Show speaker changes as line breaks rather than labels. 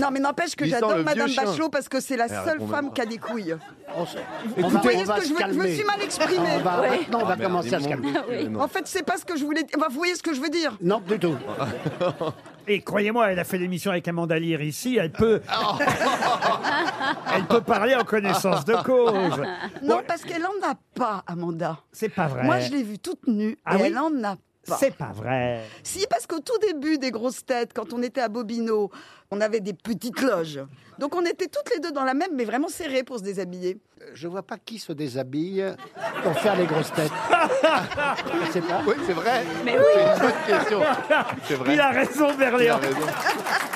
Non, mais n'empêche que
Dis-donc,
j'adore
le vieux
Madame
chien.
Bachelot parce que c'est la
Elle
seule
répond
femme
même
qui a des couilles.
On se-
Vous
Eh, on va-
voyez
on
ce
va
que
se
je veux- je me
calmer.
suis mal exprimée.
On va-
Ouais.
Maintenant, on va
merde,
commencer à se
dis-moi.
calmer.
Ah
En fait, c'est pas ce que je voulais dire. Enfin, vous voyez ce que je veux dire
Non, du tout.
Et croyez-moi, elle a fait l'émission avec Amanda Lear ici, elle peut... elle peut parler en connaissance de cause.
Non, parce qu'elle en a pas, Amanda.
C'est pas vrai.
Moi, je l'ai vue toute nue
Ah
et
oui
elle en a pas.
C'est pas vrai.
Si, parce qu'au tout début des grosses têtes, quand on était à Bobino, on avait des petites loges. Donc on était toutes les deux dans la même, mais vraiment serrées pour se déshabiller.
Je vois pas qui se déshabille pour faire les grosses têtes. Je sais pas.
Oui, c'est vrai. Mais oui. C'est une bonne question. C'est vrai.
Il a raison,
Il a
Berléand.
raison.